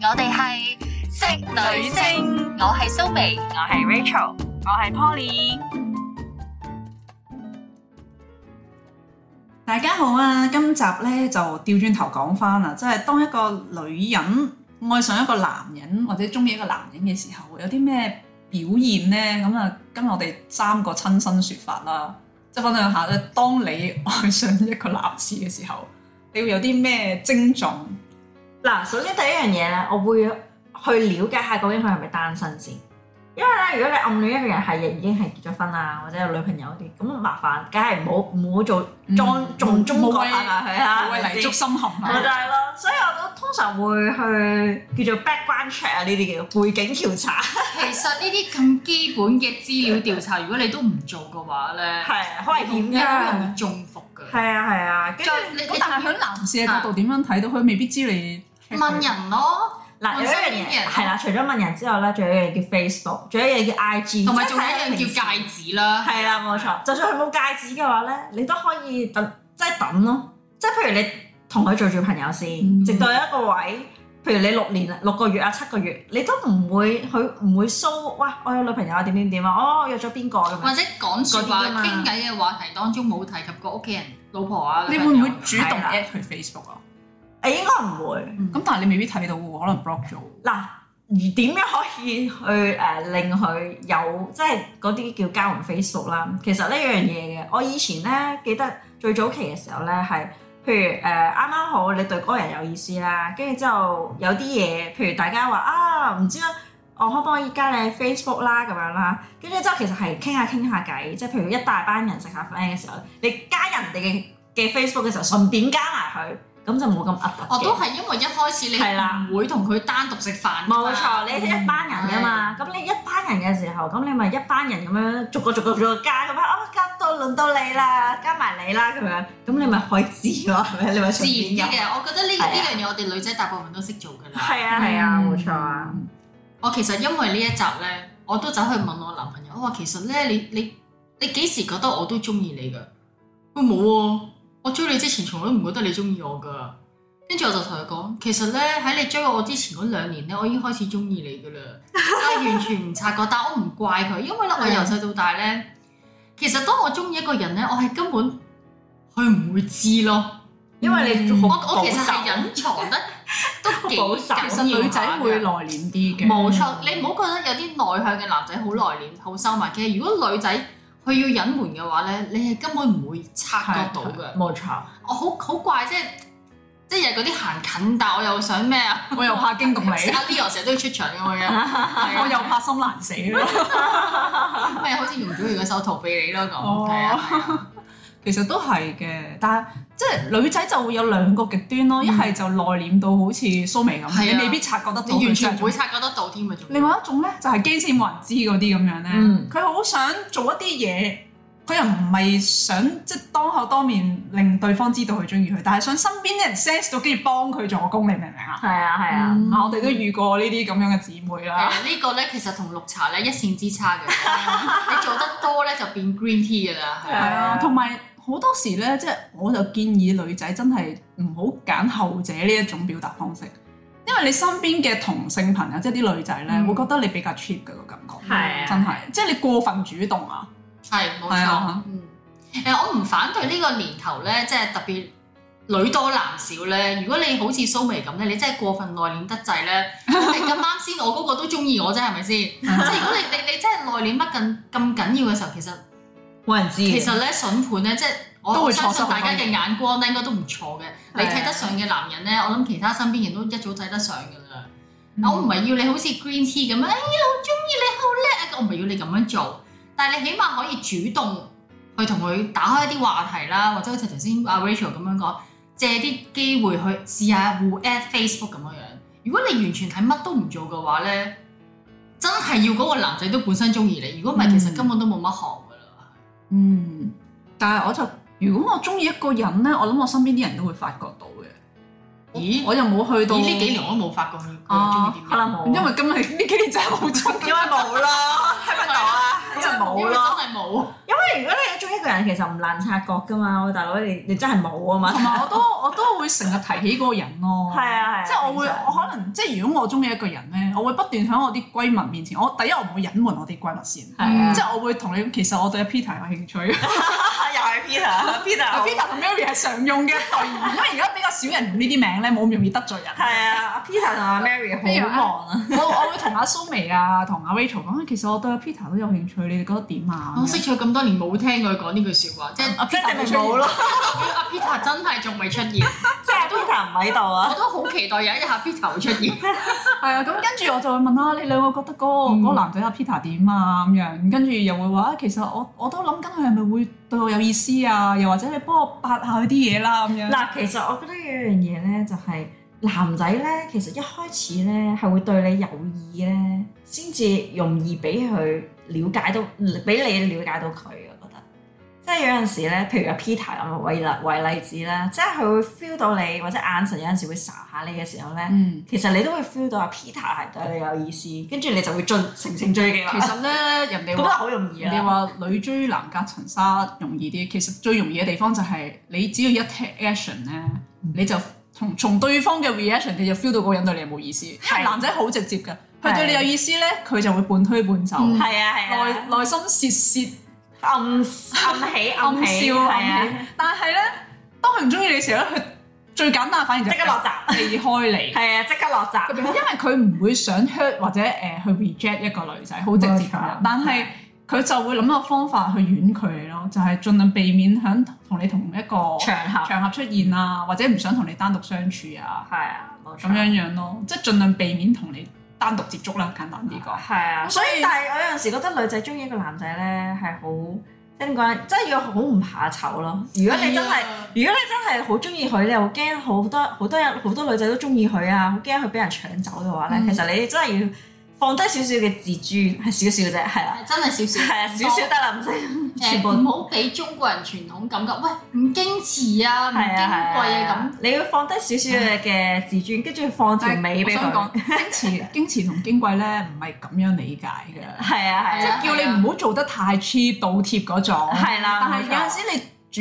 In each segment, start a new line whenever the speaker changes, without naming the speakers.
我哋係職
女聲
我係蘇眉，
我係 Rachel，我係 Poly。
大家好啊！今集咧就調轉頭講翻啦，即係當一個女人愛上一個男人或者中意一個男人嘅時候，有啲咩表現咧？咁啊，今日我哋三個親身説法啦，即係分享下咧，當你愛上一個男士嘅時候，你會有啲咩症狀？
嗱，首先第一樣嘢咧，我會去了解下究竟佢係咪單身先。因為咧，如果你暗戀一個人係已經係結咗婚啊，或者有女朋友啲，咁麻煩，梗係唔好唔好做裝仲中國下下佢啦，
我會啊泥足深陷
咪就
啊！
係咯，所以我都通常會去叫做 background check 啊呢啲叫背景調查，
其實呢啲咁基本嘅資料調查，如果你都唔做嘅話咧，
係好危險
你好容易
㗎。
中伏㗎。
係啊係啊，跟住
再你
咁
你
但係喺男士嘅角度點樣睇到佢，未必知你
問人咯，
嗱有一樣嘢係啦，除咗問人之外咧，仲有一樣嘢叫 Facebook，仲有一樣嘢叫 IG，
同埋
即係
仲
睇
有一
下平時
樣叫戒指啦。
係啦，冇錯。就算佢冇戒指嘅話咧，你都可以等，即係等咯。即係譬如你同佢做住朋友先，
嗯
直到一個位，譬如你六年、六個月啊、七個月，你都唔會佢唔會 show，哇！我有女朋友啊，點點點啊，哦，約咗邊個咁
或
樣。
者講説話
嗰啲㗎嘛
傾偈嘅話題當中冇提及過屋企人、老婆啊，
你會唔會
女朋友
主動 at 佢 Facebook 啊？
誒應該唔會。
嗯
咁但係你未必睇到喎，可能 block 咗。
嗱，而點樣可以去誒、呃令佢有即係嗰啲叫交換 Facebook 啦？其實呢樣嘢嘅，我以前咧記得最早期嘅時候咧係，譬如誒啱啱好你對嗰個人有意思啦，跟住之後有啲嘢，譬如大家話啊唔知啊。我可唔可以加你 Facebook 啦咁樣啦，跟住之後其實係傾下傾下偈，即係譬如一大班人食下飯嘅時候，你加人哋嘅嘅 Facebook 嘅時候，順便加埋佢，咁就冇咁核突嘅
我哦都係因為一開始
係啦
你唔會同佢單獨食飯㗎嘛。
冇錯，你係一班人噶嘛，咁你一班人嘅時候，咁你咪一班人咁樣逐個逐個逐個加咁樣，哦，加到輪到你啦，加埋你啦咁樣，咁你咪可以知咯，係咪？你咪
自
隨
然
便
啲
入。
嘅，我覺得呢
係啊
呢樣嘢我哋女仔大部分都識做㗎啦。
係啊係
嗯
嗯
啊，冇錯啊。
我其實因為呢一集咧，我都走去問我男朋友，我話其實咧，你你你幾時覺得我都中意你㗎？佢冇喎，我追你之前從來都唔覺得你中意我㗎。跟住我就同佢講，其實咧喺你追我之前嗰兩年咧，我已經開始中意你㗎啦， 但係完全唔察覺，但我唔怪佢，因
啊
為咧我由細到大咧，其實當我中意一個人咧，我係根本佢唔會知咯。
因為你
嗯我
好
我其實係
人，
隱藏得都幾
保守
緊要
其實女仔
下
會
㗎
內斂啲嘅，
冇錯，你唔好覺得有啲內向嘅男仔好內斂、好收埋。其實如果女仔佢要隱瞞嘅話咧，你係根本唔會察覺到嘅。
冇 錯。
我好好怪，即係即係有嗰啲行近，但我又想咩啊？
我又怕驚動 你，
阿 Leo 成日都要出場咁 樣，係啊
我又怕心難死咯。
咩？好似容祖兒嗰首《逃避你》咯
哦
咁，係啊係 啊，
其實都係嘅，但係即係女仔就會有兩個極端咯，一係就內斂到好似蘇眉
係
咁，
啊
你未必察覺得到，
你完全唔會。察覺得到添啊！仲要
另外一種咧就係驚先冇人知嗰啲咁樣咧
嗯，
佢好想做一啲嘢，佢又唔係想即係當口當面令對方知道佢中意佢，但係想身邊啲人 sense 到，跟住幫佢做工，你明唔明啊？
係啊係啊，
嗯
啊！我哋都遇過呢啲咁樣嘅姊妹啦。
誒呢個咧其實同綠茶咧一線 之差嘅，你做得多咧就變 green tea 㗎啦，係
係
啊
啊，同埋好多時咧，即係我就建議女仔真係唔好揀後者呢一種表達方式，因為你身邊嘅同性朋友，即係啲女仔咧，
嗯
會覺得你比較 cheap 嘅個感覺，
係啊
真係，即係你過分主動啊，
係冇
係
錯
啊，
嗯，誒我唔反對呢個年頭咧，即係特別女多男少咧。如果你好似蘇眉咁咧，你真係過分內斂得 滯咧，係咁啱先，我嗰個都中意我啫，係咪先？即係如果你你你真係內斂得咁咁緊要嘅時候，其實
冇人知嘅。
其實咧筍盤咧，即係
都
我
會
相
錯失
信
好多
大家嘅
嘢
眼光咧，應該都唔錯嘅。你
係啊
睇得上嘅男人咧，我諗其他身邊人都一早睇得上㗎啦。
嗯
啊我唔係要你好似 green tea 咁樣，哎呀好中意你好叻啊！我唔係要你咁樣做，但係你起碼可以主動去同佢打開一啲話題啦，或者好似頭先阿 Rachel 咁樣講，借啲機會去試下互 at Facebook 咁樣樣。如果你完全係乜都唔做嘅話咧，真係要嗰個男仔都本身中意你，如果唔係其實根本都冇乜行㗎啦。
嗯，但係我就如果我中意一個人咧，我諗我身邊啲人都會發覺到嘅，
咦？
我又冇去到
咦？呢幾年我都冇發覺佢佢中意啲咩
哦可能冇，
因 為今 日呢幾年真係好中意
因為冇咯，聽唔到啊，因為
因為
冇咯。
真係冇。啊
因為為如果你中意一個人，其實唔難察覺噶嘛，喂大佬你你真係冇啊嘛，
同埋我都我都會成日提起嗰個人咯。
係啊係啊，
即係我會，
正常
我可能即係如果我中意一個人咧，我會不斷喺我啲閨蜜面前，我第一我唔會隱瞞我啲閨蜜先，
係啊
即係我會同你，其實我對 Peter 有興趣
又係 啊 Peter，Peter
，Peter 同 Mary 係常用嘅代言，因為而家比較少人用呢啲名咧，冇咁容易得罪人。
係啊，阿 Peter 同阿 Mary 好忙啊，
我我會同阿蘇眉啊，同阿 Rachel 講，其實我對阿 Peter 都有興趣，你哋覺得點
嗯
啊？
我識咗佢咁多年冇聽過佢講呢句説話，即係
阿
即
Peter
係證明冇咯，
阿 Peter 真係仲未 出現，
即係 Peter 唔喺度啊
我。都好期待有一日阿 Peter 會出現。
係啊，咁跟住我就會問啦，你兩個覺得嗰、個嗰個男仔阿 Peter 點啊咁樣，跟住又會話啊其實我我都諗緊佢係咪會對我有意思啊，又或者你幫我八下佢啲嘢啦咁樣。
嗱，其實我覺得有一樣嘢咧，就係、男仔咧，其實一開始咧係會對你有意咧，先至容易俾佢了解到，俾你了解到佢。我覺得，即係有陣時咧，譬如阿 Peter 咁啊為例為例子啦，即係佢會 feel 到你，或者眼神有陣時會睄下你嘅時候咧，
嗯。
其實你都會 feel 到阿 Peter 係對你有意思，跟住你就會進乘勝追擊啦。
其實咧，人哋
咁 就
話
好容易啊
人哋
啦。
話女追男隔層沙容易啲，其實最容易嘅地方就係你只要一 take action 咧，你就從從對方嘅 reaction 你就 feel 到嗰個人對你有冇意思。因為男仔好直接㗎，佢對你有意思咧，佢就會半推半就，
嗯
係啊係
內
啊，
內心竊竊
暗暗起暗
暗
起，
笑
係
暗
啊，
喜。但係咧，當佢唔中意你嘅時候咧，佢最簡單反而就
即刻落閘。
避開你。
係啊，即刻落閘。
因為佢唔會想 hurt 或者誒、呃去 reject 一個女仔，好直接咁
冇錯
樣。但係佢就會諗個方法去遠距離咯，就係、盡量避免響同你同一個
場合
場合出現啊，或者唔想同你單獨相處啊，
係啊，冇
咁樣樣咯，即係盡量避免同你單獨接觸啦，簡單啲講。
係啊，所
所
以
以
但係我有陣時覺得女仔中意一個男仔咧係好即係點講咧，真係要好唔怕醜咯。如果
啊
你真係，如果你真係好中意佢，你又驚好多好多人好多女仔都中意佢啊，好驚佢俾人搶走嘅話咧，
嗯
其實你真係要放低少少嘅自尊，係少少啫，係啦，
真係少少，
係啊，少少得啦，唔使全部
誒唔好俾中國人傳統感覺，喂唔矜持啊，唔矜
係啊
貴
係
啊
啊，你要放低少少嘅自尊，跟住放條
但係
尾俾
我想
佢
講，，矜 持矜持同矜貴咧唔係咁樣理解嘅，
係啊係
即
啊，
係叫你唔好做得太 cheap 倒貼嗰種。
係啊啦，
但係有陣
時
時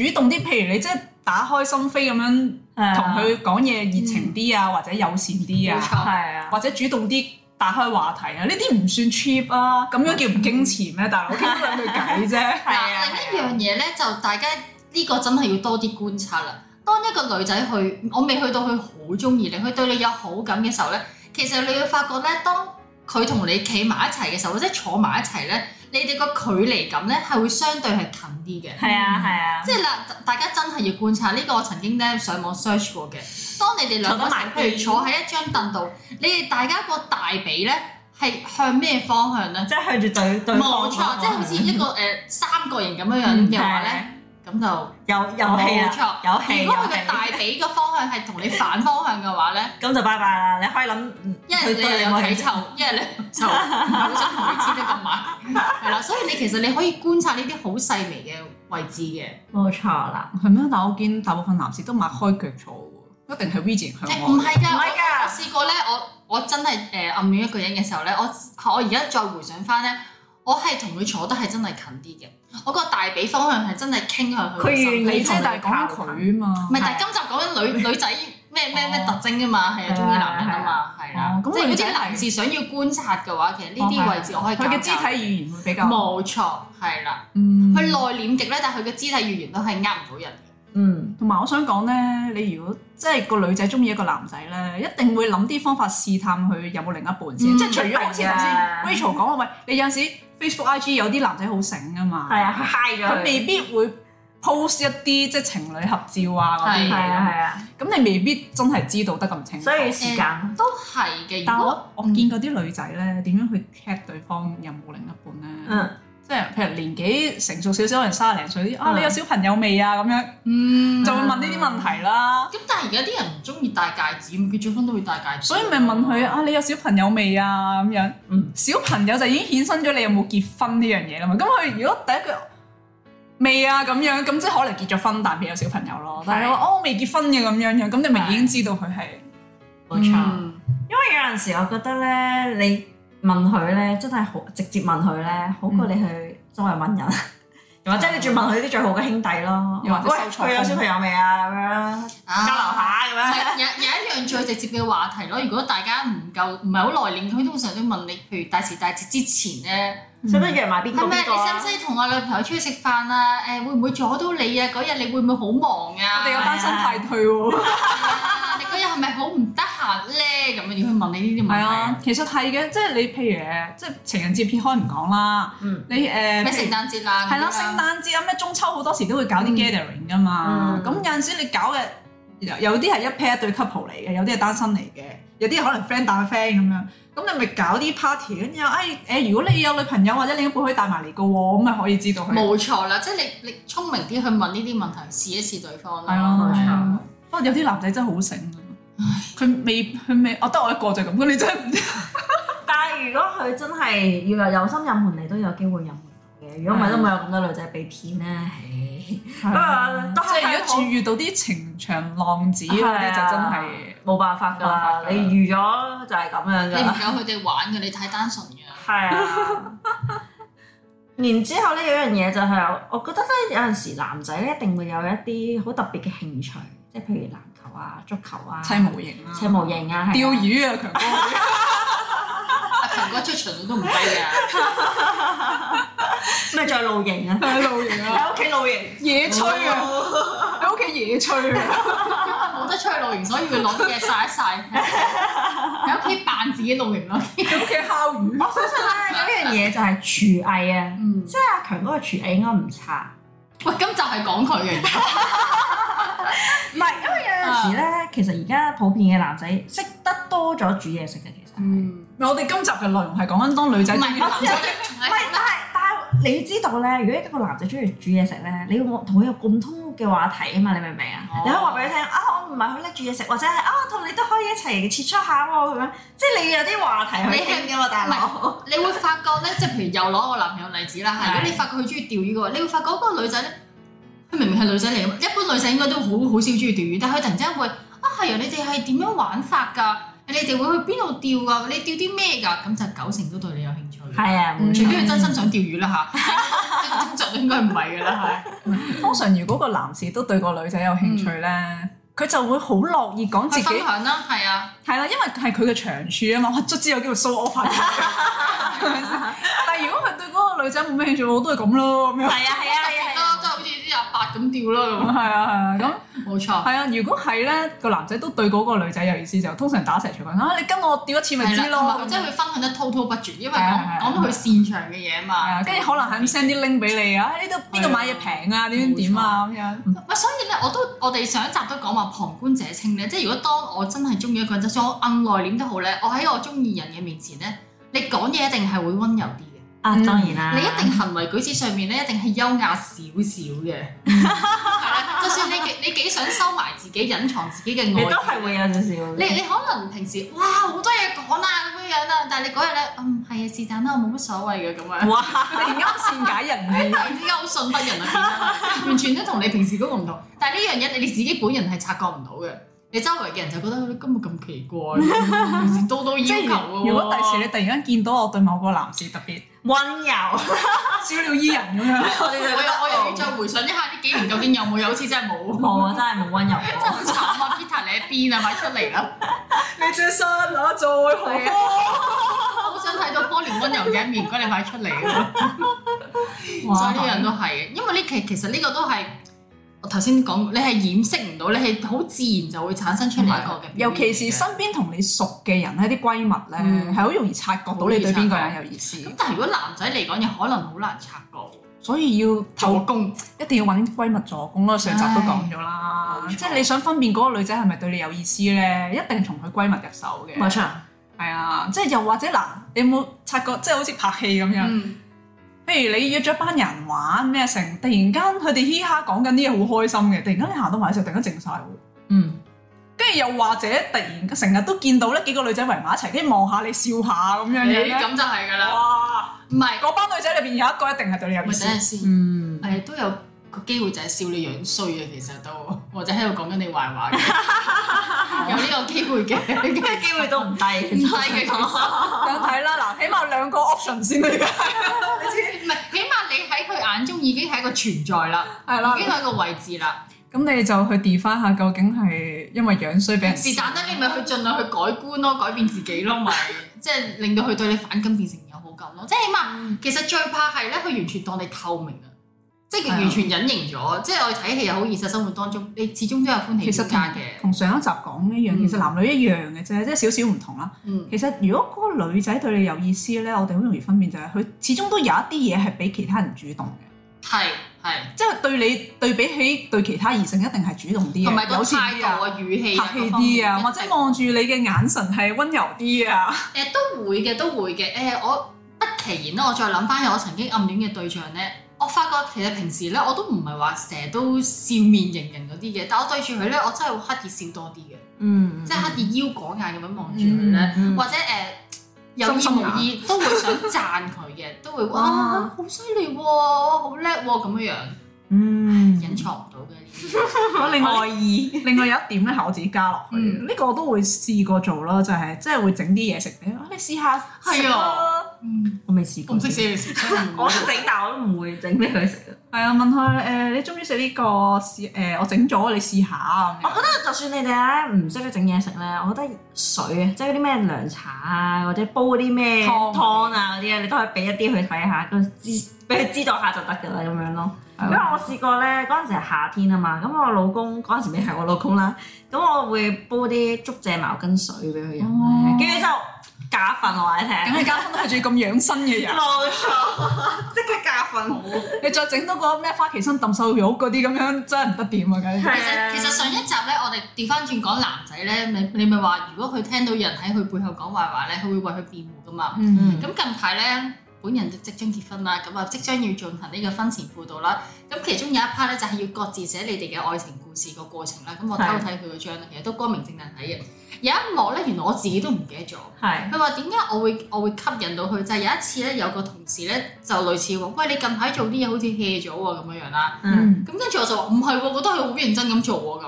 你主動啲，譬如你即係打開心扉咁樣。同佢講嘢熱情啲啊，或者友善啲
啊嗯冇
啊，
錯。
係啊。
或者主動啲打開話題啊，呢啲唔算 cheap 啊，咁樣叫唔矜
嗯
持咩？大佬傾咗兩句偈 啫，
係啊
嗱，另一樣嘢咧，就大家呢個真係要多啲觀察啦。當一個女仔去，我未去到佢好中意你，佢對你有好感嘅時候咧，其實你會發覺咧，當佢同你企埋一齊嘅時候，或者坐埋一齊咧，你哋個距離感咧係會相對係近啲嘅。
係啊係啊，
即係嗱，大家真係要觀察呢、個，我曾經咧上網 search 過嘅。當你哋兩個
坐得埋
譬如坐喺一張凳度，你哋大家個大髀咧係向咩方向咧？
即係向住對 對
冇
方
錯，即係好似一個誒、呃三角形咁樣
嗯
樣嘅話咧，咁就
有有氣
冇
啊，
錯。
有氣
如果佢嘅
有
大髀個方向係同你反方向嘅話咧，
氣，咁就拜拜啦。你可以諗，
因為你又有體臭，因為你 就好想同你黐得咁埋，係啦。所以你其實你可以觀察呢啲好細微嘅位置嘅，
冇錯啦。
係咩？但我見大部分男士都擘開腳坐喎，一定係 V 字形向
誒
外。
唔係㗎，
啊唔係㗎
我我試過咧，我我真係誒暗戀一個人嘅時候咧，我我而家再回想翻咧，我係同佢坐得係真係近啲嘅，我個大髀方向係真係傾向佢個
佢
心
願
你
意
即係但係講緊佢啊嘛
唔係，。但係今集講 緊女女仔咩咩咩特徵啊嘛，係啊，中意男人啊嘛，係啦
哦，咁
即係
女
嗰
仔哦
啲男士想要觀察嘅話，其實呢啲位置我可以
佢嘅肢體
搞搞
語言會比較，
冇錯，係啦，
嗯
佢內斂極咧，但係佢嘅肢體語言都係呃唔到人嘅。
嗯，
同埋我想講咧，你如果即係個女仔中意一個男仔咧，一定會諗啲方法試探佢有冇另一半先，
嗯
即係除咗好似頭
係啊
先 Rachel 講話，喂，你有陣時 Facebook、IG 有啲男仔好醒噶嘛，
係啊，佢 high 咗
佢
佢，
未必會 post 一啲即係情侶合照啊嗰啲
係啊
嘢，
係啊，
咁你未必真係知道得咁清楚
所。以時間
都係嘅，
但
如果
我我見過啲女仔咧點樣去 check 對方有冇另一半咧，
嗯
即係譬如年紀成熟少少，可能三零歲啲啊，
嗯
你有小朋友未啊咁樣，
嗯
就會問呢啲問題啦。
咁但係而家啲人唔中意戴戒指，結咗婚都會戴戒指。
所以咪問佢啊，你有小朋友未啊？咁樣，
嗯
小朋友就已經衍生咗你有冇結婚呢樣嘢啦嘛。咁佢如果第一句未啊咁樣，咁即係可能結咗婚但未有小朋友咯。但係我哦我未結婚嘅咁樣樣，咁你咪已經知道佢係
冇錯。
嗯
因為有陣時我覺得咧，你問佢咧，真係好直接問佢咧，好過你去周圍問人。或者你仲問佢啲最好嘅兄弟咯，
又或者
喂
收錯
佢有
風
小朋友未啊？咁樣
啊
交流下咁樣。
有有一樣最直接嘅話題咯，如果大家唔夠唔係好內斂，佢通常都問你，譬如大時大節之前咧，
使
嗯
唔使約埋邊個
係咪
邊
你
個啊？
使唔使同我女朋友出去食飯啊？誒、會唔會阻到你啊？嗰日你會唔會好忙
我
啊？
哋有單身派對喎。
啊你嗰日係咪好唔得閒咧？咁樣要去問你呢啲問題。
係啊，，其實係嘅，即係你譬如誒，即係情人節撇開唔講啦，
嗯
你誒
咩聖誕節
啊
啦？
係啦，
咁樣
聖誕節啊，咩中秋好多時都會搞啲
嗯
gathering 噶嘛。
嗯
咁有陣時你搞嘅有有啲係一 pair 一對 couple 嚟嘅，有啲係單身嚟嘅，有啲可能 friend 打 friend 咁樣。咁你咪搞啲 party，跟住又誒誒，如果你有女朋友或者另一半可以帶埋嚟個喎，咁咪可以知道佢。
冇錯啦，即係你你聰明啲去問呢啲問題，試一試對方啦。
係啊
冇錯
係啊
不過有啲男仔真係好醒啊，佢未佢未，哦我得我一個就係咁，咁你真係唔知。
但係如果佢真係要有有心隱瞞你，都有機會隱瞞到嘅。如果唔係都冇有咁多女仔被騙咧。唉
不
啊都
即
係
係如
好
果遇到啲情場浪子嗰
係
啲
啊
就真係。
冇辦法㗎
冇
啦
辦法，㗎
你預咗就係咁樣
你
㗎
唔
啦。
夠佢哋玩嘅，你太單純嘅。
係啊。然之後呢，有一樣嘢就係、我覺得咧有陣時男仔咧一定會有一啲好特別嘅興趣，即係譬如籃球啊、足球啊、
砌模型啊，
砌模型啊、係
釣
啊
魚啊，強哥。，
阿強哥出場率都唔低㗎。
咩再露營啊
喺露營啊，
喺屋企露營。
野炊啊，喺屋企野炊啊，
冇得出去露營，所以佢攞啲嘢曬一曬，喺屋企扮自己露營咯。
喺屋企烤魚。
我相信咧有一樣嘢就啊係廚藝啊，
嗯，
即係阿強嗰個廚藝應該唔差。
喂，咁就係講佢嘅，
唔係，因為有陣時咧，啊其實而家普遍嘅男仔識得多咗煮嘢食嘅，其實。
嗯，
唔係我哋今集嘅內容係講緊當女
唔
仔中
係
意
男
男仔，
仔，唔
唔係，但係但係你知道咧，如果一個男仔中意煮嘢食咧，你要同佢有共通嘅話題啊嘛，你明唔明啊？
哦
你可以話俾佢聽啊，我唔係好叻煮嘢食，或者係啊，同你都可以一齊切磋下喎咁樣，即係你有啲話題去傾嘅嘛，大佬。
你會發覺咧，即係譬如又攞我男朋友例子啦，係
係
如果你發覺佢中意釣魚嘅話，你會發覺嗰個女仔咧，佢明明係女仔嚟嘅，一般女仔應該都好好少中意釣魚，但係佢突然之間會啊係啊，你哋係點樣玩法㗎？你哋會去邊度釣㗎？你釣啲咩㗎？咁就九成都對你有興趣。
係啊，冇
除
錯。
非佢真心想釣魚 啦嚇，工作應該唔係㗎啦係。
通常如果個男士都對個女仔有興趣咧，佢就會好樂意講自
去
己
分享啦，係啊，
係啦，因為係佢嘅長處啊嘛，我卒之有機會 show off 下佢係咪先但係如果佢對嗰個女仔冇咩興趣，我都係咁咯，咁樣。
係啊係啊係
都
啊
都係好似啲阿伯咁吊啦
係啊係啊，
咁，冇
咁
錯，
係啊。如果係咧，個男仔都對嗰個女仔有意思，就通常打蛇隨棍啊！你跟我釣一次咪
係啦，
知
同埋
咯
佢。真係會分享得滔滔不絕，因為
係
講
啊係啊
講到佢擅長嘅嘢
係
嘛
啊，。跟住可能係咁 send 啲 link 俾你啊，呢度邊度買嘢平啊，點點點啊咁樣。
喂，所以咧，我都我哋上一集都講話旁觀者清咧，即係如果當我真係中意一個人，就算我暗內斂都好咧，我喺我中意人嘅面前咧，你講嘢一定係會温柔啲嘅，
啊，當然啦，
你一定行為舉止上面咧一定係優雅少少 嘅，係啦，就算你幾你幾想收埋自己、隱藏自己嘅
你
愛
都。係會有少少。
你你可能平時哇好多嘢講啦咁樣樣啦，但係你嗰日咧，嗯係啊是但啦，我冇乜所謂嘅咁樣。
哇，
突然間善解人意
突，然之間好信不人啊，變咗完全都同你平時嗰個唔同。但係呢樣嘢你自己本人係察覺唔到嘅，你周圍嘅人就覺得佢今日咁奇 怪，平時到到要
即
求
係
嘅
如
喎。
如果第時你突然間見到我對某個男士特 別
温柔。
小鳥依人咁樣，
我哋
我
就
又我又要再回想一下呢幾年究竟有冇有，好似真係冇。
冇啊，真係冇温柔過。
好慘啊！Peter 你喺邊啊？咪出嚟啦！
你隻山那在何方？
好想睇到波蓮温柔嘅一面，唔該你快出嚟啊！所以呢樣都係嘅，因為呢其其實呢個都係我頭先講，你係掩飾唔到，你係好自然就會產生出嚟一個嘅。
啊尤其是身，邊同你熟嘅人咧，啲閨蜜咧，係
嗯
好容易察覺到你對邊個人有意思，
咁但係如果男仔嚟講，又可能好難嗯察覺。
所以要
做
透
工
一定要揾閨蜜助攻咯。上集都講咗啦
唉，冇錯
即係你想分辨嗰個女仔係咪對你有意思咧，一定從佢閨蜜入手嘅。
冇錯，
係啊，即係又或者嗱，你有冇察覺即係好似拍戲咁樣？
嗯，
譬如你約咗班人玩咩成，突然間佢哋嘻哈講緊啲嘢好開心嘅，突然間你行到埋嘅時候，突然間靜晒喎。
嗯，
跟住又或者突然成日都見到呢幾個女仔圍埋一齊，跟住望下你笑下咁樣樣
咦
咧
咁就係㗎啦。
哇！
唔係，
嗰班女仔裏邊有一個一定係對你有意
咪
思
等。陣先。
嗯，
誒都有個機會就係笑你樣衰啊嘅，其實都或者喺度講緊你壞話嘅，有呢個機會嘅。
咩機會都唔低，唔
唔低嘅其實
想睇啦，嗱，起碼有兩個 option 先啦，而家
唔係，起碼你喺佢眼眼中已經係一個存在啦，
係啦
已，經係一個位置啦。
咁你就去 define 下究竟係因為樣衰俾人
是但咧，你咪去盡量去改觀咯，改變自己咯，咪 即係令到佢對你反感變成有好感咯。即係起
嗯
碼其實最怕係咧，佢完全當你透明啊，即係佢
係啊
完全隱形咗。即係我哋睇戲又好，現實生活當中你始終都有歡喜
其實
冤家嘅。
同上一集講一樣，
嗯
其實男女一樣嘅啫，即係少少唔同啦。
嗯，
其實如果嗰個女仔對你有意思咧，我哋好容易分辨就係佢始終都有一啲嘢係比其他人主動嘅，
係係，
即係對你對比起對其他異性一定係主動啲
同埋
嘅，
個
友善
態
啲
度
啊，
啊、語氣啊
客氣啲啊，
各方面
或者望住你嘅眼神係温柔啲啊。
誒都會嘅，都會嘅。誒、我不其然啦，我再諗翻起我曾經暗戀嘅對象咧，我發覺其實平時咧我都唔係話成日都笑面迎人嗰啲嘅，但我對住佢咧，我真係會刻意笑多啲嘅，
嗯，
即係刻意腰果眼咁樣望住佢咧，
嗯
或者誒。有意無意 都會想讚佢嘅，都會哇好犀利喎，好叻喎咁樣樣，
嗯
隱藏唔到嘅呢啲。
另外
外意，
另外有一點咧係我自己加落去嘅，
嗯
呢、個我都會試過做咯，就係即係會整啲嘢食俾佢啊你試下食
係啊
啊，
嗯，
我未試過，
我唔識寫嘅事，真係唔
我
會
都整，但我都唔會整俾佢食嘅。
係啊，問佢誒、你中唔中意食呢個試誒、呃我整咗你試下啊咁
我
樣
覺得就算你哋咧唔識得整嘢食咧，我覺得水啊，即係嗰啲咩涼茶啊，或者煲嗰啲咩
湯
湯啊嗰啲咧，你都可以俾一啲佢睇下，佢知俾佢知道下就得㗎啦咁樣咯。因為我試過咧，嗰陣時係夏天啊嘛，咁我老公嗰陣時未係我老公啦，咁我會煲啲竹蔗茅根水俾佢飲
哦
咧，跟住之後假瞓我話你聽，
梗 係加分都係最咁養生嘅人，
冇 錯，即刻假瞓。
你再整到個咩花旗參燉瘦肉嗰啲咁樣，真係唔得掂啊！梗係
其實其實上一集咧，我哋調翻轉講男仔咧，你你咪話，如果佢聽到有人喺佢背後講壞話咧，佢會為佢辯護噶嘛。
嗯
咁近排咧，本人就即將結婚啦，咁啊即將要進行呢個婚前輔導啦。咁其中有一 part 咧就係要各自寫你哋嘅愛情故事個過程啦。咁我偷
係
睇佢嗰張咧，其實都光明正大睇嘅。有一幕咧，原來我自己都唔記得咗。
係
佢話點解我會我會吸引到佢？就係、有一次咧，有個同事咧就類似話：喂，你近排做啲嘢好似 hea 咗喎咁樣樣啦。
嗯
嗯，
咁跟住我就話唔係喎，覺得佢好認真咁做喎咁。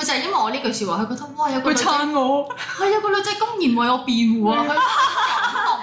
佢就係因為我呢句説話，佢覺得哇有個
佢
女仔，
撐我，
哇有個女仔公然為我辯護啊！佢感動啊！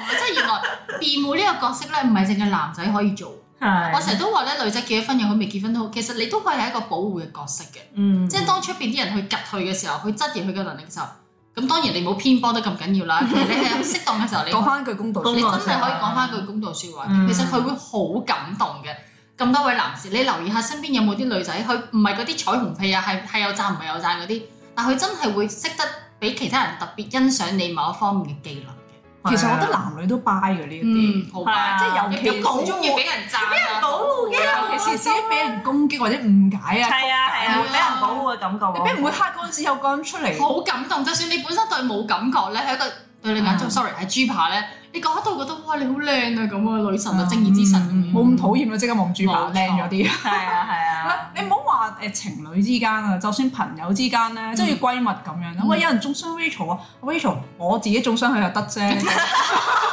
即係原來辯護呢個角色咧，唔係淨係男仔可以做。
係，
我成日都話咧，女仔結咗婚又好，未結婚都好，其實你都可以係一個保護嘅角色嘅。
嗯
即係當出邊啲人去夾佢嘅時候，去質疑佢嘅能力嘅時候，咁當然你冇偏幫得咁緊要啦。其實你係適當嘅時候，你
講翻句公道
公
你
説話
道
真係可以講翻句公道説話，
嗯
其實佢會好感動嘅。咁多位男士，你留意下身邊有冇啲女仔，佢唔係嗰啲彩虹屁啊，係係有讚唔係有讚嗰啲，但佢真係會識得俾其他人特別欣賞你某一方面嘅技能嘅。
其實我覺得男女都 buy 嘅呢一啲，
嗯，好
係
吧，
啊
即係尤其
有好中意俾人讚啊，
保護嘅
尤其是自己俾人攻擊或者誤解啊，
係啊係啊，
係啊
會俾人保護嘅感覺
你
喎。
俾人會黑嗰陣時有個人出嚟，啊
好感動。就算你本身對冇感覺咧，係一個對你眼中
嗯
，sorry 係豬扒咧，你講到覺得哇你好靚啊咁啊，女神啊，正義之神咁樣
冇咁討厭啊！即刻望住
冇錯
埋靚咗啲。
係啊係啊，
你唔好話誒情侶之間啊，就算朋友之間咧，即係要閨蜜咁樣啦。啊喂，有人中傷 Rachel 啊，Rachel 我自己中傷佢又得 啫。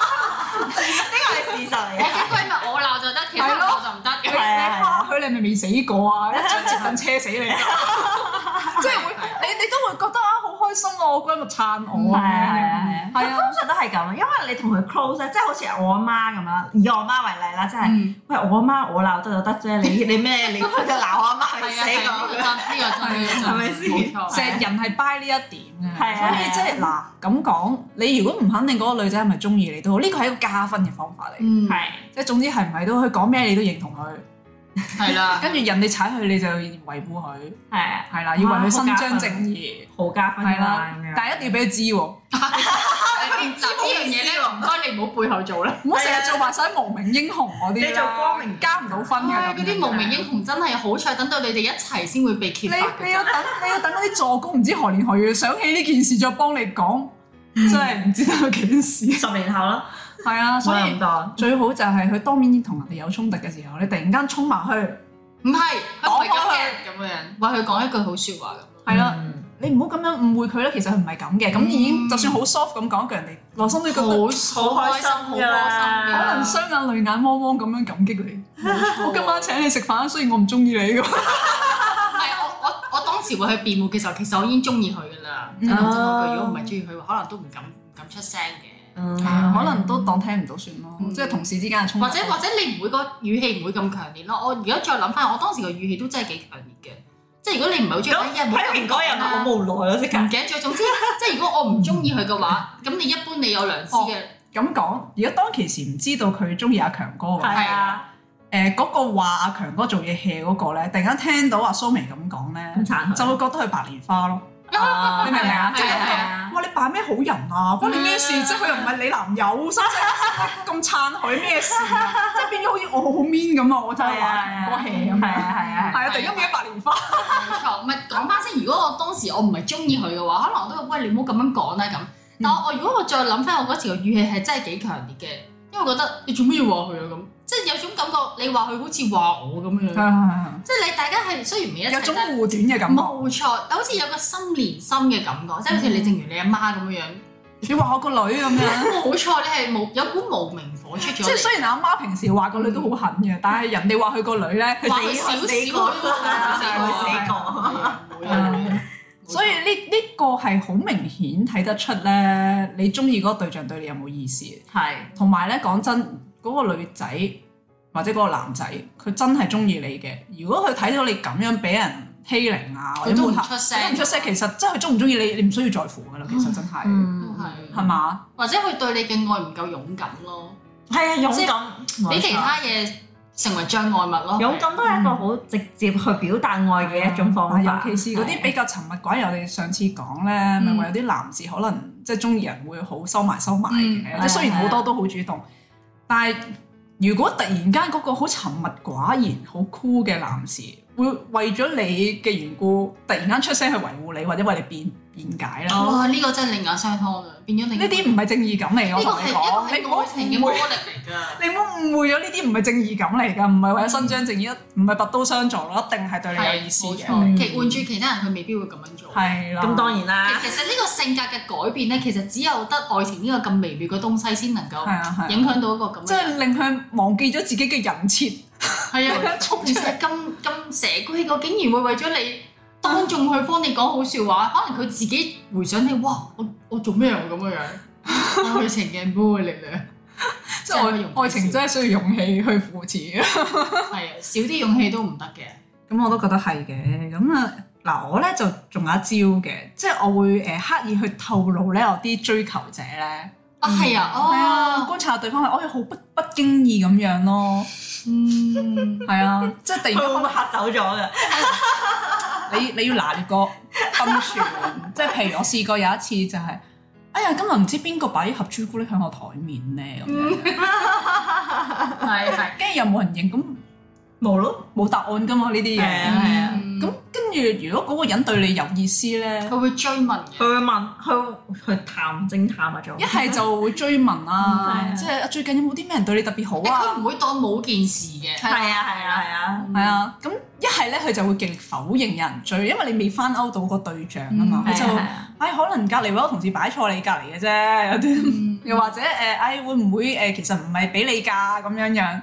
呢個係事實嚟
我
嘅。
嘅閨蜜我鬧就得，其他人鬧就唔得嘅
你你。蝦佢，你咪未死過 啊！一槍接棍車死你，啊即係會你你都會覺得啊，好開心啊！我閨蜜撐我
係
啊，
啊係啊係啊，
係啊，
通常都係咁，因為你同佢 close 咧，即係好似我阿媽咁啦，以我阿媽為例啦，即係
嗯，
喂我阿媽我鬧得就得啫，你你咩你佢就鬧我阿媽
係
去
啊，
死
係啊
我
呢
咁樣，
個真，呢個真，呢個真
係咪先
冇錯，
成人係 buy 呢一點嘅，
係啊係啊
所以即係嗱咁講，你如果唔肯定嗰個女仔係咪中意你都好，呢個係一個加分嘅方法嚟。
嗯，
係
即係總之係唔係都佢講咩你都認同佢，
係啦，
跟住人哋踩佢你就維護佢，
係啊，
係啦，要為佢伸張正義，
好加分
係
啦
啦
咁，樣。
但係一定要俾佢知喎。
嗱呢樣嘢咧，唔該你唔好背後做啦。
唔好成日做埋晒無名英雄嗰啲啦
你做光明
加唔到分嘅咁樣
唉，啊嗰啲無名英雄真係好彩，等到你哋一齊先會被揭發
你你
嘅。
要等你要等嗰啲助攻唔知何年何月想起呢件事再幫你講，真係唔知道幾時。
十年後啦，
係啊，
我
所
諗
以
多，
最好就係佢當面同人哋有衝突嘅時候，你突然間衝埋去，
唔係，佢唔係咁嘅咁樣，為佢講一句好説話咁。
係啦，
嗯，
你唔好咁樣誤會佢啦。其實佢唔係咁嘅，咁已經就算好 soft 咁講一句，人哋內心都覺
啊
得
好好開心，好
可
開心
能
㗎。
雙眼淚眼汪汪咁樣感激你。我今晚請你食飯，雖然我唔中意你咁。
唔係我我我當時會去辯嗯護嘅時候，其實我已經中意佢㗎啦。即係講真嗰句，如果唔係中意佢，可能都唔敢唔敢出聲嘅。
嗯
可能都當聽唔到算咯，
嗯
即係同事之間嘅衝突。
或者或者你唔會個語氣唔會咁強烈咯。我而家再諗翻，我當時個語氣都真係幾強烈嘅。即係如果你唔係好中意，
咁
哎呀冇
批評嗰人好
啦
無奈咯，即刻
唔記得咗。總 之，即係如果我唔中意佢嘅話，咁你一般你有良知嘅，
咁講，如果當其時唔知道佢中意阿強哥喎，
係啊，
誒嗰個話阿強哥做嘢 hea 嗰個咧，突然間聽到阿蘇眉咁講
咁
咧，
殘
就會覺得佢白蓮花咯。
啊
你明唔明啊
係啊嗯
哇！你扮咩好人啊？關你咩事啫？佢又唔係你男友， 使唔使咁撐佢咩事 啊？即係變咗好似我好 mean 咁啊！我真係
係
話
啊，
強哥 hea 咁
係
樣。
啊係啊
係啊，突然間變咗白蓮花。
冇錯。唔係講翻先，如果我當時我唔係中意佢嘅話，可能我都會喂你唔好咁樣講啦咁。但我我如果我再諗翻，我嗰時個語氣係真係幾強烈嘅，因為我覺得你做咩要話佢啊咁，啊即係有種感覺，你話佢好似話我咁樣，即係你大家係雖然唔係一
有
齊
種
但
護短嘅感覺。嗯
冇錯，好似有個心連心嘅感覺，即係好似你正如你阿媽咁樣樣，
你話我個女咁樣，
冇錯，你係冇有股無名火出
即
咗
係
嚟，
雖然阿媽平時話個女都好狠嘅，但係人哋話佢個女咧，
佢
話
死
佢少少
死
佢
過
佢死過，
佢死過
係啊冇啊冇啊
所 以呢呢個係好明顯睇得出咧，你中意嗰個對象對你有冇意思？
係
啊
同埋咧，講真，嗰、個女仔或者嗰個男仔，佢真係中意你嘅。如果佢睇到你咁樣俾人欺凌啊，或者
佢都
抹
唔
黑，
出
佢
聲，
都唔出聲，其實真係中唔中意你，你唔需要在乎噶啦。其實真係啊
都
嗯
係
係嘛？
或者佢對你嘅愛唔夠勇敢咯，
係啊，勇敢
俾其他嘢成為障礙物咯。
勇敢都係一個好直接去表達愛嘅一種方法，
啊尤其是嗰啲比較沉默寡言，我哋上次講咧，
嗯
咪話有啲男士可能即係中意人會好收埋收埋
嗯
嘅，即係雖然好多都好主動，但係如果突然間嗰個好沉默寡言、好酷嘅男士，會為咗你嘅緣故，突然間出聲去維護你，或者為你辯辯解啦。
哇！呢個真係另眼相看啊，變咗另
呢啲唔係正義感嚟嘅，我
呢個
同
係
你
一
講，
個
你
係
唔
愛
好
情嘅
誤
魔
會
力，嚟㗎。
你唔好誤會咗呢啲唔係正義感嚟㗎，唔係為咗伸張正義，唔係拔刀相助咯，一定係對你有意思
冇
嘅。嗯
錯，其換住其他人佢未必會咁樣做。
係啦，啊
咁當然啦，
其其實呢個性格嘅改變咧，其實只有得愛情呢個咁微妙嘅東西先能夠
係啊係啊
影響到一個咁嘅人。
即係令佢忘記咗自己嘅人 設，
係啊，
衝
其
出
實咁咁蛇龜個竟然會為咗你當眾去幫你講好説話，可能佢自己回想起，哇！我我做咩啊咁嘅樣？愛情嘅魔力量
即
真係可以
係
用
愛愛情真係需要勇氣去扶持 嘅。
係啊，少啲勇氣都唔得嘅。
咁我都覺得係嘅。咁啊，嗱，我咧就仲有一招嘅，即係我會誒、呃刻意去透露咧我啲追求者咧，
啊係啊，
嗯係啊、
哦，
觀察下對方係，我係好不不經意咁樣咯，
嗯，
係啊，即係突
佢
然
會唔會嚇走咗㗎？
間你你要拿捏個分寸， 即係譬如我試過有一次就係、哎呀，今日唔知邊個擺盒朱古力喺我台面咧咁樣，
係係。
跟住又冇人應，咁
冇咯，
冇答案噶嘛呢啲
係
嘢。
啊係啊，
嗯
咁跟住，如果嗰個人對你有意思咧，
佢會追問
佢
嘅，
會問，佢會去探偵探啊，做
一係就會追問
嗯係
啊，
啊
即係最近有冇啲咩人對你特別好
佢
啊？
唔會當冇件事嘅。
係啊係啊係啊，
係啊，咁一係咧佢就會極力否認有人追，因為你未翻勾到個對象啊嘛，
嗯
佢
係
就
啊係啊
唉可能隔離位個同事擺錯你隔離嘅啫，有啲
嗯，
又或者誒唉會唔會誒其實唔係俾你㗎咁樣樣，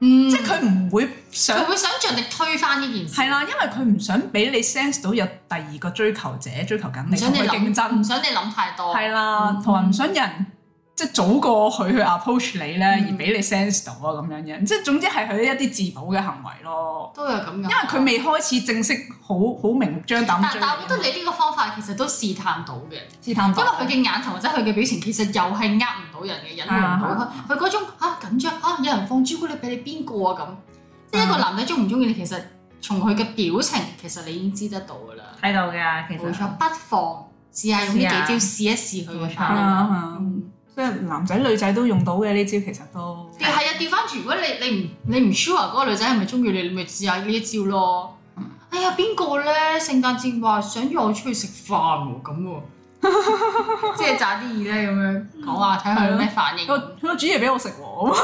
嗯
即係佢唔會想
佢會想盡力推翻呢件事，
係啦，因為佢唔想俾你 sense 到有第二個追求者追求緊
唔
你
想
同
你
佢競爭
諗，。唔想你諗太多。
係啦
嗯，
同埋唔想有人即係早過佢去 approach 你咧，
嗯
而俾你 sense 到啊咁樣樣，即係總之係佢一啲自保嘅行為咯。
都有咁樣。因
因為佢未開始正式好好明目張膽
嗯但
追
但我覺得
你，啊
你呢個方法其實都試探到嘅，
試探
因為佢嘅眼神或者佢嘅表情其實又係呃唔到人嘅，隱瞞唔到佢佢嗰種啊緊張啊，有人放朱古力俾你邊個啊咁，即係一個男仔中唔中意你，其實從佢嘅表情其實你已經知得到㗎啦。
喺度㗎，其
冇
實
錯，不妨試下用呢幾招試一試佢嘅
冇錯
係
反應。
啊係啊
嗯
即係男仔女仔都用到嘅呢招，其實都
調係啊，調翻轉，如果你你唔你唔 sure 嗰個女仔係咪中意你，你咪試下呢一招咯。哎呀，邊個咧？聖誕節話想約我出去食飯喎，咁喎， 即係炸啲嘢咧咁樣講話，睇下佢有咩反應。
個個煮嘢俾我食喎，啊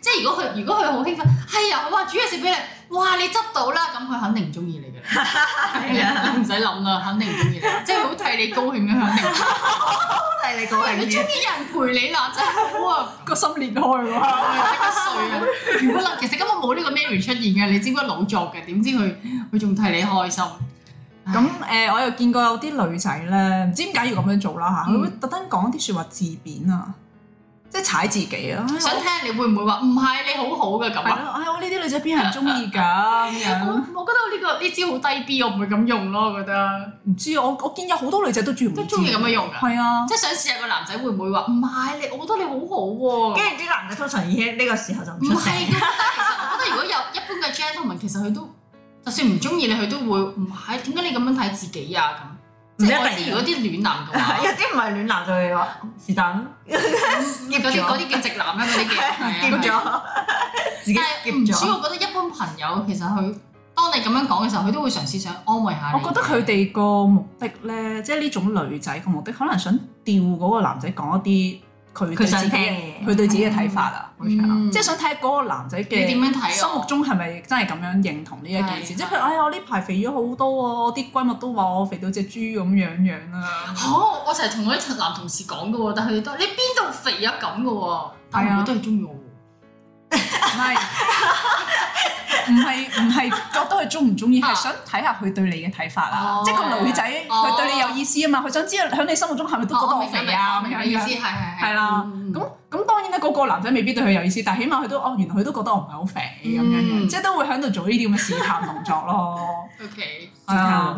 即係如果佢如果佢好興奮，係啊，佢話煮嘢食俾你，哇，你執到啦，咁佢肯定唔中意你㗎啦。係啊， 你唔使諗啦，肯定唔中意你，即係好替你高興嘅，肯定。
係你講
你中意有人陪你啦，真係好啊！
個心裂開喎。
即刻碎啊！如果嗱，其實根本冇呢個 Mary 出現嘅，你只不過老作嘅，點知佢佢仲替你開心？
咁誒、我又見過有啲女仔咧，唔知點解要咁樣做啦嚇，佢、會特登講啲説話自貶啊，即係踩自己啊。哎
想
我
聽你會唔會話唔係你好好嘅咁
係
啊？
咯，哎我呢啲女仔邊係人中意㗎咁
我
樣？
我覺得我呢、個呢招好低 B，我唔會咁用咯，我覺得
唔知我我見有好多女仔都中意
都中意咁樣用㗎，
係啊，
即係想試下個男仔會唔會話唔係你，我覺得你好好喎、
跟住啲男嘅通常已經呢個時候就唔
唔
出聲。
係㗎，但係其實我覺得如果有一般嘅 gentleman，其實佢都就算唔中意你，佢都會唔係點解你咁樣睇自己啊咁。即係
唔
我
一
知
定
如果啲暖男 嘅話
有，啲唔係暖男就會話是但，skip
嗰啲嗰
咗
啲叫直男啦，嗰 啲叫
，skip
係啊
咗，自己
但係唔
skip
知，
咗。
我覺得一般朋友其實佢當你咁樣講嘅時候，佢都會嘗試想安慰下
我
你。
覺得佢哋個目的咧，即係呢種女仔個目的，可能想吊嗰個男仔講一啲佢
佢
對
想
自
聽
己
嘅嘢
佢對自己嘅睇法啊，
嗯
即係想睇下嗰個男仔
你點
嘅
樣睇啊
心目
我？
中係咪真係咁樣認同呢一件事？即
係
係譬如，哎呀，我呢排肥咗好多喎，我啲閨蜜都話我肥到隻豬咁樣樣啊啦。
嚇！我成日同我啲男同事講嘅喎，但係佢哋都你邊度肥啊咁嘅喎，但
係
係
啊
我都係中意我喎。
唔係唔係唔係覺得佢中唔中意，
啊
係想睇下佢對你嘅睇法啊
哦！
即係個女仔
哦
佢對你有意思啊嘛，佢想知道喺你心目中係咪都覺得我肥啊咁
明
樣
嘅意思
樣。
係係
係啦
嗯
咁咁當然咧，嗰個男仔未必對佢有意思，但起碼佢都哦，原來佢都覺得我唔係好肥咁樣
嗯
樣，即係都會喺度做呢啲咁嘅試探動作 咯。
OK，
係啊，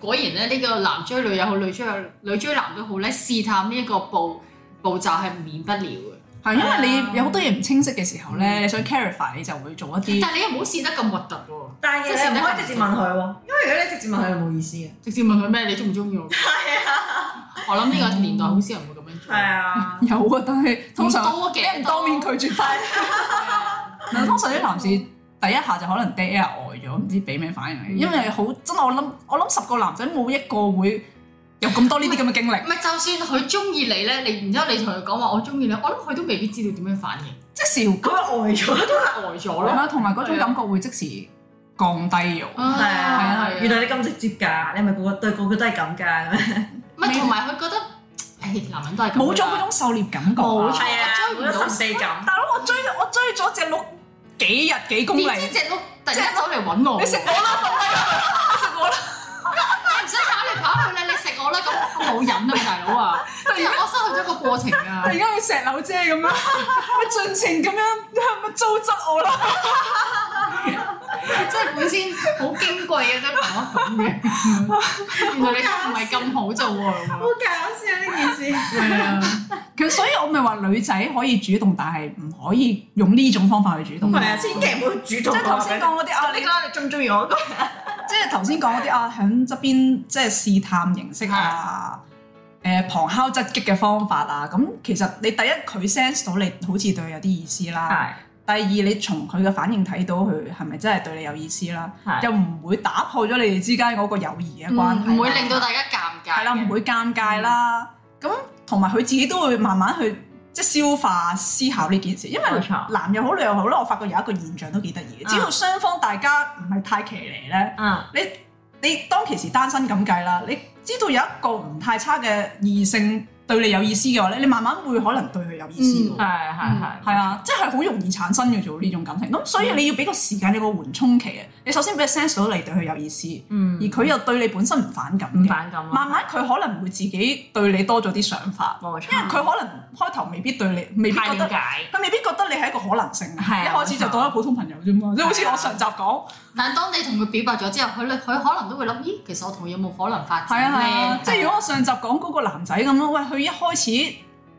果然咧呢個男追女又好，女追女追男都好咧，試探呢一個步步驟係免不了嘅。
係因
啊
為你有好多嘢唔清晰嘅時候咧，你想 clarify 你就會做一啲。
但係你又唔好試得咁核突喎，
但係
即係
你唔可以直接問佢喎，因為如果你直接問
啊
佢冇意思嘅。
直接問佢咩你中唔中 意我？係啊，我諗呢個年代好少人會咁樣做。
啊，
有啊，但係通常
唔多嘅
你唔當面拒絕翻。嗱，通常啲男士第一下就可能 dead air 呆咗，唔知俾咩反應你，因為好真係我諗，我諗十個男仔冇一個會有咁多呢啲咁嘅經歷
唔，係，就算佢中意你咧，你然之後你同佢講話我中意你，我諗佢都未必知道點樣反應，
即係笑
咁
咁
咪呆咗。
都係呆咗
樣
咯。
啦，同埋嗰種感覺會即時降低咗。
啊
係啊
係，
原來你咁直接㗎，你係咪個個對個個都係咁㗎？
唔係同埋佢覺得，誒男人都係咁㗎啦
冇咗嗰種狩獵感覺啊。
冇錯
係啊，冇咗神秘感。
大佬，我追我追咗只鹿幾日幾公里，
點知
你
隻鹿突然間走嚟揾我？
食我啦，你食我啦，
你唔使跑嚟跑去咧，你食我啦，咁我冇癮啊，大 佬啊！即係我失去咗個過程啊
突！然間好似石榴姐 咁樣，佢盡情咁樣乜糟質我啦，
即係本身好矜貴嘅啫，講咁嘅，原來你都唔係咁好啫
好
喎。
搞笑啊呢件事。
係啊，
佢所以我咪話女仔可以主動，但係唔可以用呢種方法去主動。
係啊，千祈唔好主
嗯即
動。
係頭先講嗰啲啊，
你
你
覺得你中唔中意我？
即係頭先講嗰啲啊，響側邊即係試探形式啊，誒、旁敲側擊嘅方法啊，咁其實你第一佢 sense 到你好似對佢有啲意思啦。
係
第二，你從佢嘅反應睇到佢係咪真係對你有意思啦，
係
又唔會打破咗你哋之間嗰個友誼嘅
唔
關係啦，
嗯唔會令到大家嗯尷尬。
係啦，唔會尷尬啦。咁同埋佢自己都會慢慢去即係消化思考呢件事，因為
冇錯
男又好女又好啦，我發覺有一個現象都幾得意嘅，
啊
只要雙方大家唔係太騎呢咧，
嗯
你你當其時單身咁計啦，你知道有一個唔太差嘅異性對你有意思嘅話咧，你慢慢會可能對佢有意思
嗯
喎。
係係係。
係啊，即係好容易產生嘅做呢種感情。咁所以你要俾個時間，有個緩衝期啊。你首先俾佢 sense 到你對佢有意思，
嗯
而，佢又對你本身唔反感
唔
嘅。
反感啊
慢
咯，
慢佢可能會自己對你多咗啲想法，
冇
因為
錯。
佢可能開頭未必對你，未必
太
覺
了
得
解，
佢未必覺得你係一個可能性啊。
係啊
一開始就當咗普通朋友啫嘛，即係好似
係啊
我上集講，
但係當你同佢表白咗之後，佢佢可能都會諗，咦，其實我同佢有冇可能發
係啊
展
係啊
咧，？
即係如果我上集講嗰個男仔咁樣，喂，佢一開始。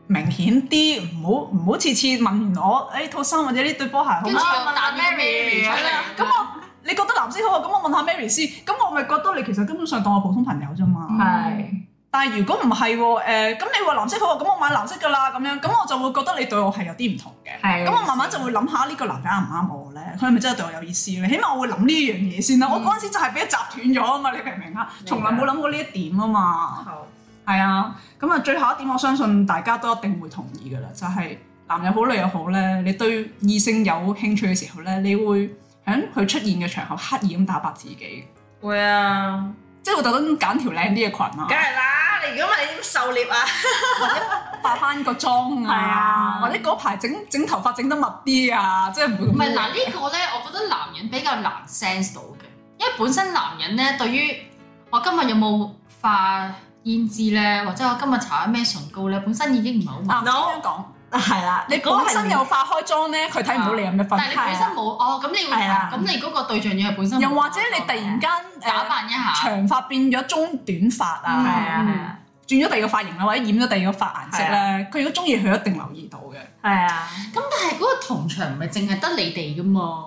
明顯啲，唔好唔好次次問完我，誒、哎套衫或者呢對波鞋好唔
跟住
好
又彈 Mary 出嚟，
咁我你覺得藍色好啊？咁我問下 Mary 先。咁我咪覺得你其實根本上當我普通朋友啫嘛。
嗯
係
但係如果唔係喎，誒、咁你話藍色好啊？咁我買藍色㗎啦，咁樣咁我就會覺得你對我係有啲唔同嘅。
係
咁我慢慢就會諗下呢個男仔啱唔啱我咧？佢係咪真係對我有意思咧？起碼我會諗呢樣嘢先啦。我嗰陣時就係俾佢集斷咗啊嘛，你明唔明啊？從來冇諗過呢一點啊嘛。
好
係啊，咁啊最後一點我相信大家都一定會同意㗎啦，就係、男又好女又好咧，你對異性有興趣嘅時候咧，你會喺佢出現嘅場合刻意咁打扮自己，
會啊，
即係會特登揀條靚啲嘅裙啊
梗。係啦！你如果唔係你點狩獵啊？
化翻個妝
係啊
啊，或者嗰排整整頭髮整得密啲啊，即係唔會咁
唔係嗱，呢個咧，我覺得男人比較難 sense 到嘅，因因為本身男人咧對於我今日有冇化胭脂咧，或者我今日搽咗咩唇膏咧，本身已經唔係好敏感。
啱啱啊講，
係啦，
你
嗰個
本身
係
有化開妝咧，佢睇唔到你有咩分啊
但係。你本身冇哦，咁你
係啊
咁你嗰個對象要係本身冇哦
又或者你突然間
打
誒
扮一下，
長髮變咗中短髮
係
啊，
啊係啊
轉咗第二個髮型啦，或者染咗第二個髮顏色咧，佢如果中意佢一定留意到嘅。
係啊，
咁但係嗰個同場唔係淨係得你哋噶嘛？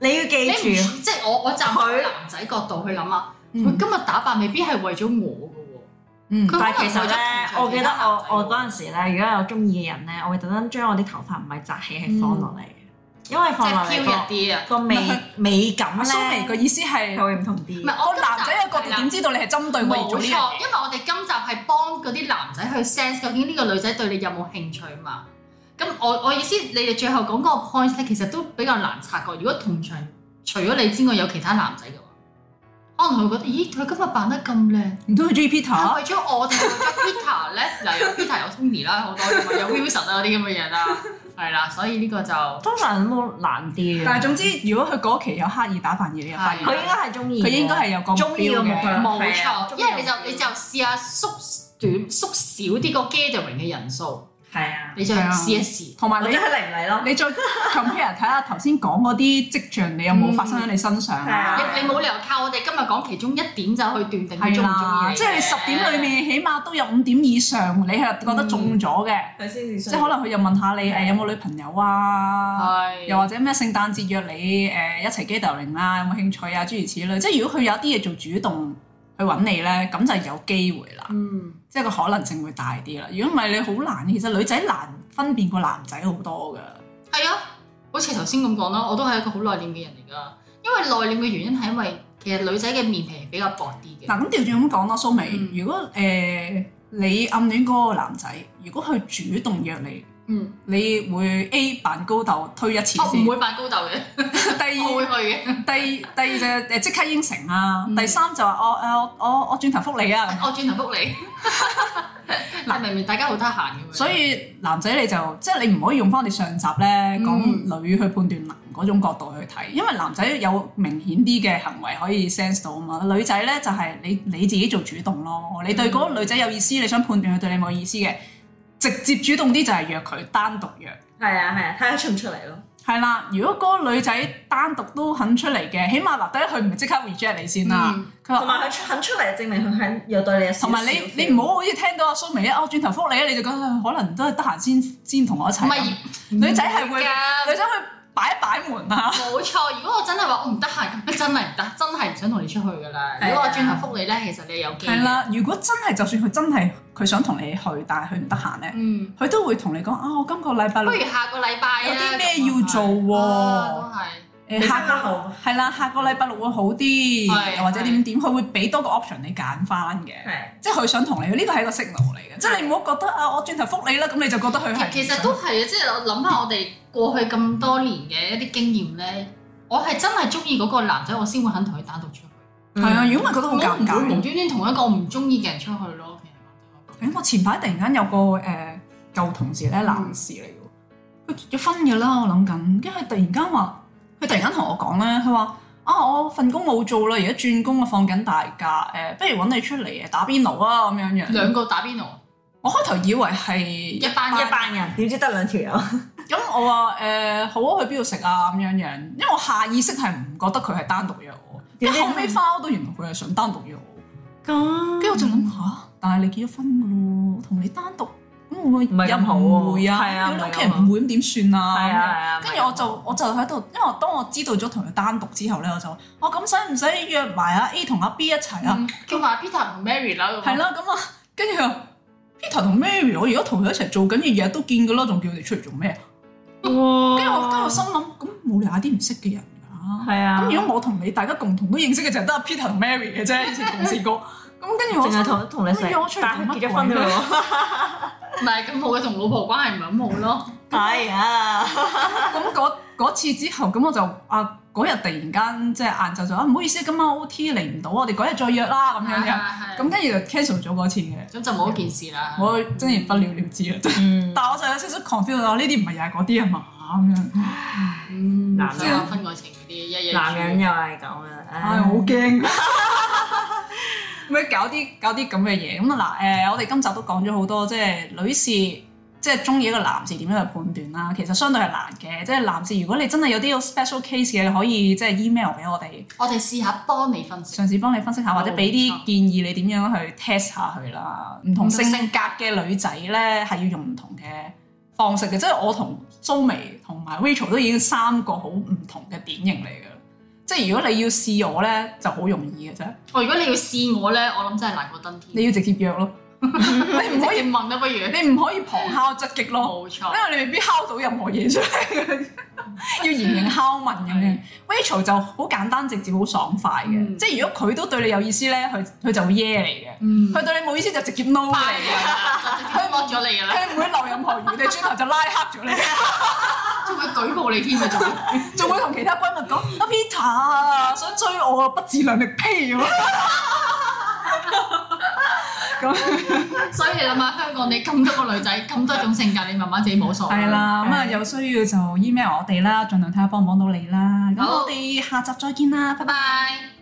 你要
你唔
記住。
即係我我站喺
佢
男仔角度去諗啊，
嗯
佢今日打扮未必係為咗我
嗯
㗎喎。佢
但
可
係
能
其實
為咗
咧
同，場
我記得我
其
我
他男仔喎
嗰陣時咧，如果有中意嘅人咧，我會特登將我啲頭髮唔係紮起，係放落嚟嘅，因為
嗯即
放落
哦
係飄
嚟
逸
個
啲啊！
個美
唔係佢
美感
阿
咧，
蘇眉個意思
佢
係
會唔同啲。
唔係我
個男仔嘅角度點知道你係針對我而
冇
做
錯，
呢
因
樣？
為我哋今集係幫嗰啲男仔去 sense 究竟呢個女仔對你有冇興趣嘛。咁我我意思，你哋最後講嗰個 point 咧，其實都比較難察覺。如果同場除咗你之外有其他男仔嘅話，可能佢會覺得，咦，佢今日扮得咁靚，
唔通佢中意 Peter？
啊
係為咗我定為咗 Peter 咧？ 嗱，有 Peter 有 Tony 啦，好多有 Wilson 啊嗰啲咁嘅嘢啦，係啦，所以呢個就
通常都難啲嘅。
但係總之，如果佢嗰期有刻意打扮而你有發現，
佢應該係中意嘅，
佢應該係有個目標嘅
中意嘅目標
冇
係啊
錯，因為你就
中意
你
嘅
就試下縮短縮少啲個 gathering 嘅人數。
係啊，
你就試一試。
同埋
或
你
者係嚟唔嚟咯？
你再 compare 睇下頭先講嗰啲跡象，你有冇發生喺你身上
係啊
啊？
你你冇理由靠我哋今日講其中一點就去斷定佢
係
中唔中
啦
意，
即係你十點裏面起碼都有五點以上，你係覺得中咗嘅，
佢先至
即係可能佢又問下你誒有冇女朋友啊，
係
又或者咩聖誕節約你呃誒一齊 gathering 啦，有冇興趣啊，諸如此類。即係如果佢有啲嘢做主動去揾你咧，咁就有機會啦，
嗯
即係個可能性會大啲啦。如果唔係你好難，其實女仔難分辨過男仔好多㗎。
係啊，好似頭先咁講啦，我都係一個好內斂嘅人嚟㗎。因為內斂嘅原因係因為其實女仔嘅面皮比較薄啲嘅，
嗱，咁調轉咁講啦，蘇眉，
嗯
如果誒、呃你暗戀嗰個男仔，如果佢主動約你，
嗯，
你會 A 扮高竇推一次
我
先，
哦唔會扮高竇嘅，
第
我會
二
去嘅，
第第二就誒即刻應承啊，
嗯
第三就話我誒我我我轉頭覆你啊，咁
我轉頭 覆你。嗱，明明大家好得閒咁樣，
所以男仔你就即係你唔可以用翻我哋上集咧
嗯
講女去判斷男嗰種角度去睇，因為男仔有明顯啲嘅行為可以 sense 到啊嘛，女仔咧就係、你你自己做主動咯，你對
嗯
嗰個女仔有意思，你想判斷佢對你冇意思嘅，直接主動啲就係約佢單獨約。
係啊係啊，睇下出唔出嚟咯。
係啦，如果嗰個女仔單獨都肯出嚟嘅，起碼嗱，第一佢唔係即刻 reject 你先啦
嗯。
佢話、啊
同埋佢出肯出嚟，證明佢肯有對你有少
哦同埋你你唔好好似聽到阿蘇眉啊，我轉頭覆你啊，你就覺得啊可能都係得閒先先同我一齊。
唔係
女仔係
嗯
會，
㗎
女仔會擺一擺門啊。
冇錯，如果我真係話我哦唔得閒，咁真係唔得，真係唔想同你出去㗎啦。如果我轉頭覆你咧，其實你有機。
啊係，啦，如果真係就算佢真係佢想同你去，但係佢唔得閒咧，
嗯。
佢都會同你講啊，我今個禮拜
不
六
如下個禮拜
有
啊
啲咩要做喎
啊
誒下
個後
係啦，下個禮拜六會好
係
啲，又或者點點，佢會俾多個 option 你揀翻嘅。
係
即係佢想同你，呢個係一個 signal 嚟嘅，即係你唔好覺得啊，我轉頭覆你啦，咁你就覺得佢
都
係
係。其其實都係啊，即係我諗下我哋過去咁多年嘅一啲經驗咧，我係真係中意嗰個男仔，我先會肯同佢單獨出去。
嗯
係啊，如果唔係覺得
我
好
唔
尷
會無
尬。
端端同一個我唔中意嘅人出去咯。其實
誒，我前排突然間有個誒舊同事咧，男士嚟嘅喎，佢結咗婚嘅啦，我諗緊，跟住佢突然間話，佢突然間同我講咧，佢話啊，我份工冇做啦，而家轉工啊，放緊大假，誒、不如揾你出嚟誒打邊爐啊咁樣樣。
兩個打邊爐，
我開頭以為係
一班
一班人，點知得兩條友？
咁我話誒、好啊，去邊度食啊咁樣樣，因為我下意識係唔覺得佢係單獨約我，跟住後尾翻屋都原來佢係想單獨約我，
咁
跟住我就諗下，但係你結咗婚㗎咯，我同你單獨咁會唔會
唔係
有
咁好喎
誤會啊？
係啊
你
唔係
屋企
咁
人
好
唔會咁點算啊？
係
咁樣
啊係啊，
跟住我就我就喺度，因為當我知道咗同佢單獨之後咧，我就話我咁使唔使約埋阿 A 同阿 B 一齊啊？
嗯叫埋 Peter 同 Mary 啦。咁
係啦，咁啊，跟住佢話 Peter 同 Mary，我而家同佢一齊做緊嘢，日日都見㗎啦，仲叫你出嚟做咩？啊
哦
跟住我，跟住我心諗，咁冇理由啲唔識嘅人㗎。
係啊，
咁如果我同你大家共同都認識嘅就係得阿 Peter 同 Mary 嘅啫，以前共事過。咁跟住我
淨係
心
同同你食
咁約我出，嚟
但係
做乜
佢結咗婚
鬼
㗎 喎。
唔係咁好嘅，同老婆關係唔係咁好咯。
係啊，
咁嗰嗰次之後，咁我就啊嗰日突然間即係晏晝就啊唔好意思，今晚 OT 嚟唔到，我哋嗰日再約啦咁樣
係
樣。咁
係
跟住就 cancel 咗嗰次嘅，
咁就冇一件事啦。
我真係不了了之啦。
嗯，
但係我就有少少 confuse 啦，呢啲唔係又係嗰啲啊嘛咁樣。
嗯
男人
所以有婚外情嗰啲一日
男人又係咁嘅。唉
唉，好驚！咪搞啲搞啲咁嘅嘢咁啊嗱，誒，我哋今集都講咗好多，即係女士即係中意一個男士點樣去判斷啦。其實相對係難嘅，即係男士如果你真係有啲 special case 嘅，你可以即係 email 俾我哋，
我哋試下幫你分析。
嘗試幫你分析下，或者俾
哦冇
啲
錯嗯
建議你點樣去 test 下佢啦。唔同
唔同
性
性
格嘅女仔咧係要用唔同嘅方式嘅，即係我同蘇眉同埋 Rachel 都已經三個好唔同嘅典型嚟㗎啦。即係如果你要試我咧，就好容易嘅啫。
哦，如果你要試我咧，我諗真係難過登天。
你要直接約 咯，
你唔可以問啦，不如。
你唔可以旁敲側擊咯，
冇錯。
因為你未必敲到任何嘢出嚟，要嚴刑敲問咁樣
係。
Rachel 就好簡單直接，好爽快嘅，
嗯
即係如果佢都對你有意思咧，佢佢就會 yeah 你
嗯
嘅，佢對你冇意思就直接 no 你嘅，
就直接剝咗你㗎啦，
佢唔會留任何餘地，轉頭就拉黑咗 你，
仲會舉報你添啊！仲 會
仲會同其他閨 蜜講：阿 Peter 啊想追我啊，不自量力呸咁。咁
所以你諗下，香港你咁多個女仔，咁多種性格，你慢慢自己摸索。
係，啦，咁啊有需要就 email 我哋啦，盡量睇下幫唔幫到你啦。咁
好
我哋下集再見啦，拜拜。
拜拜。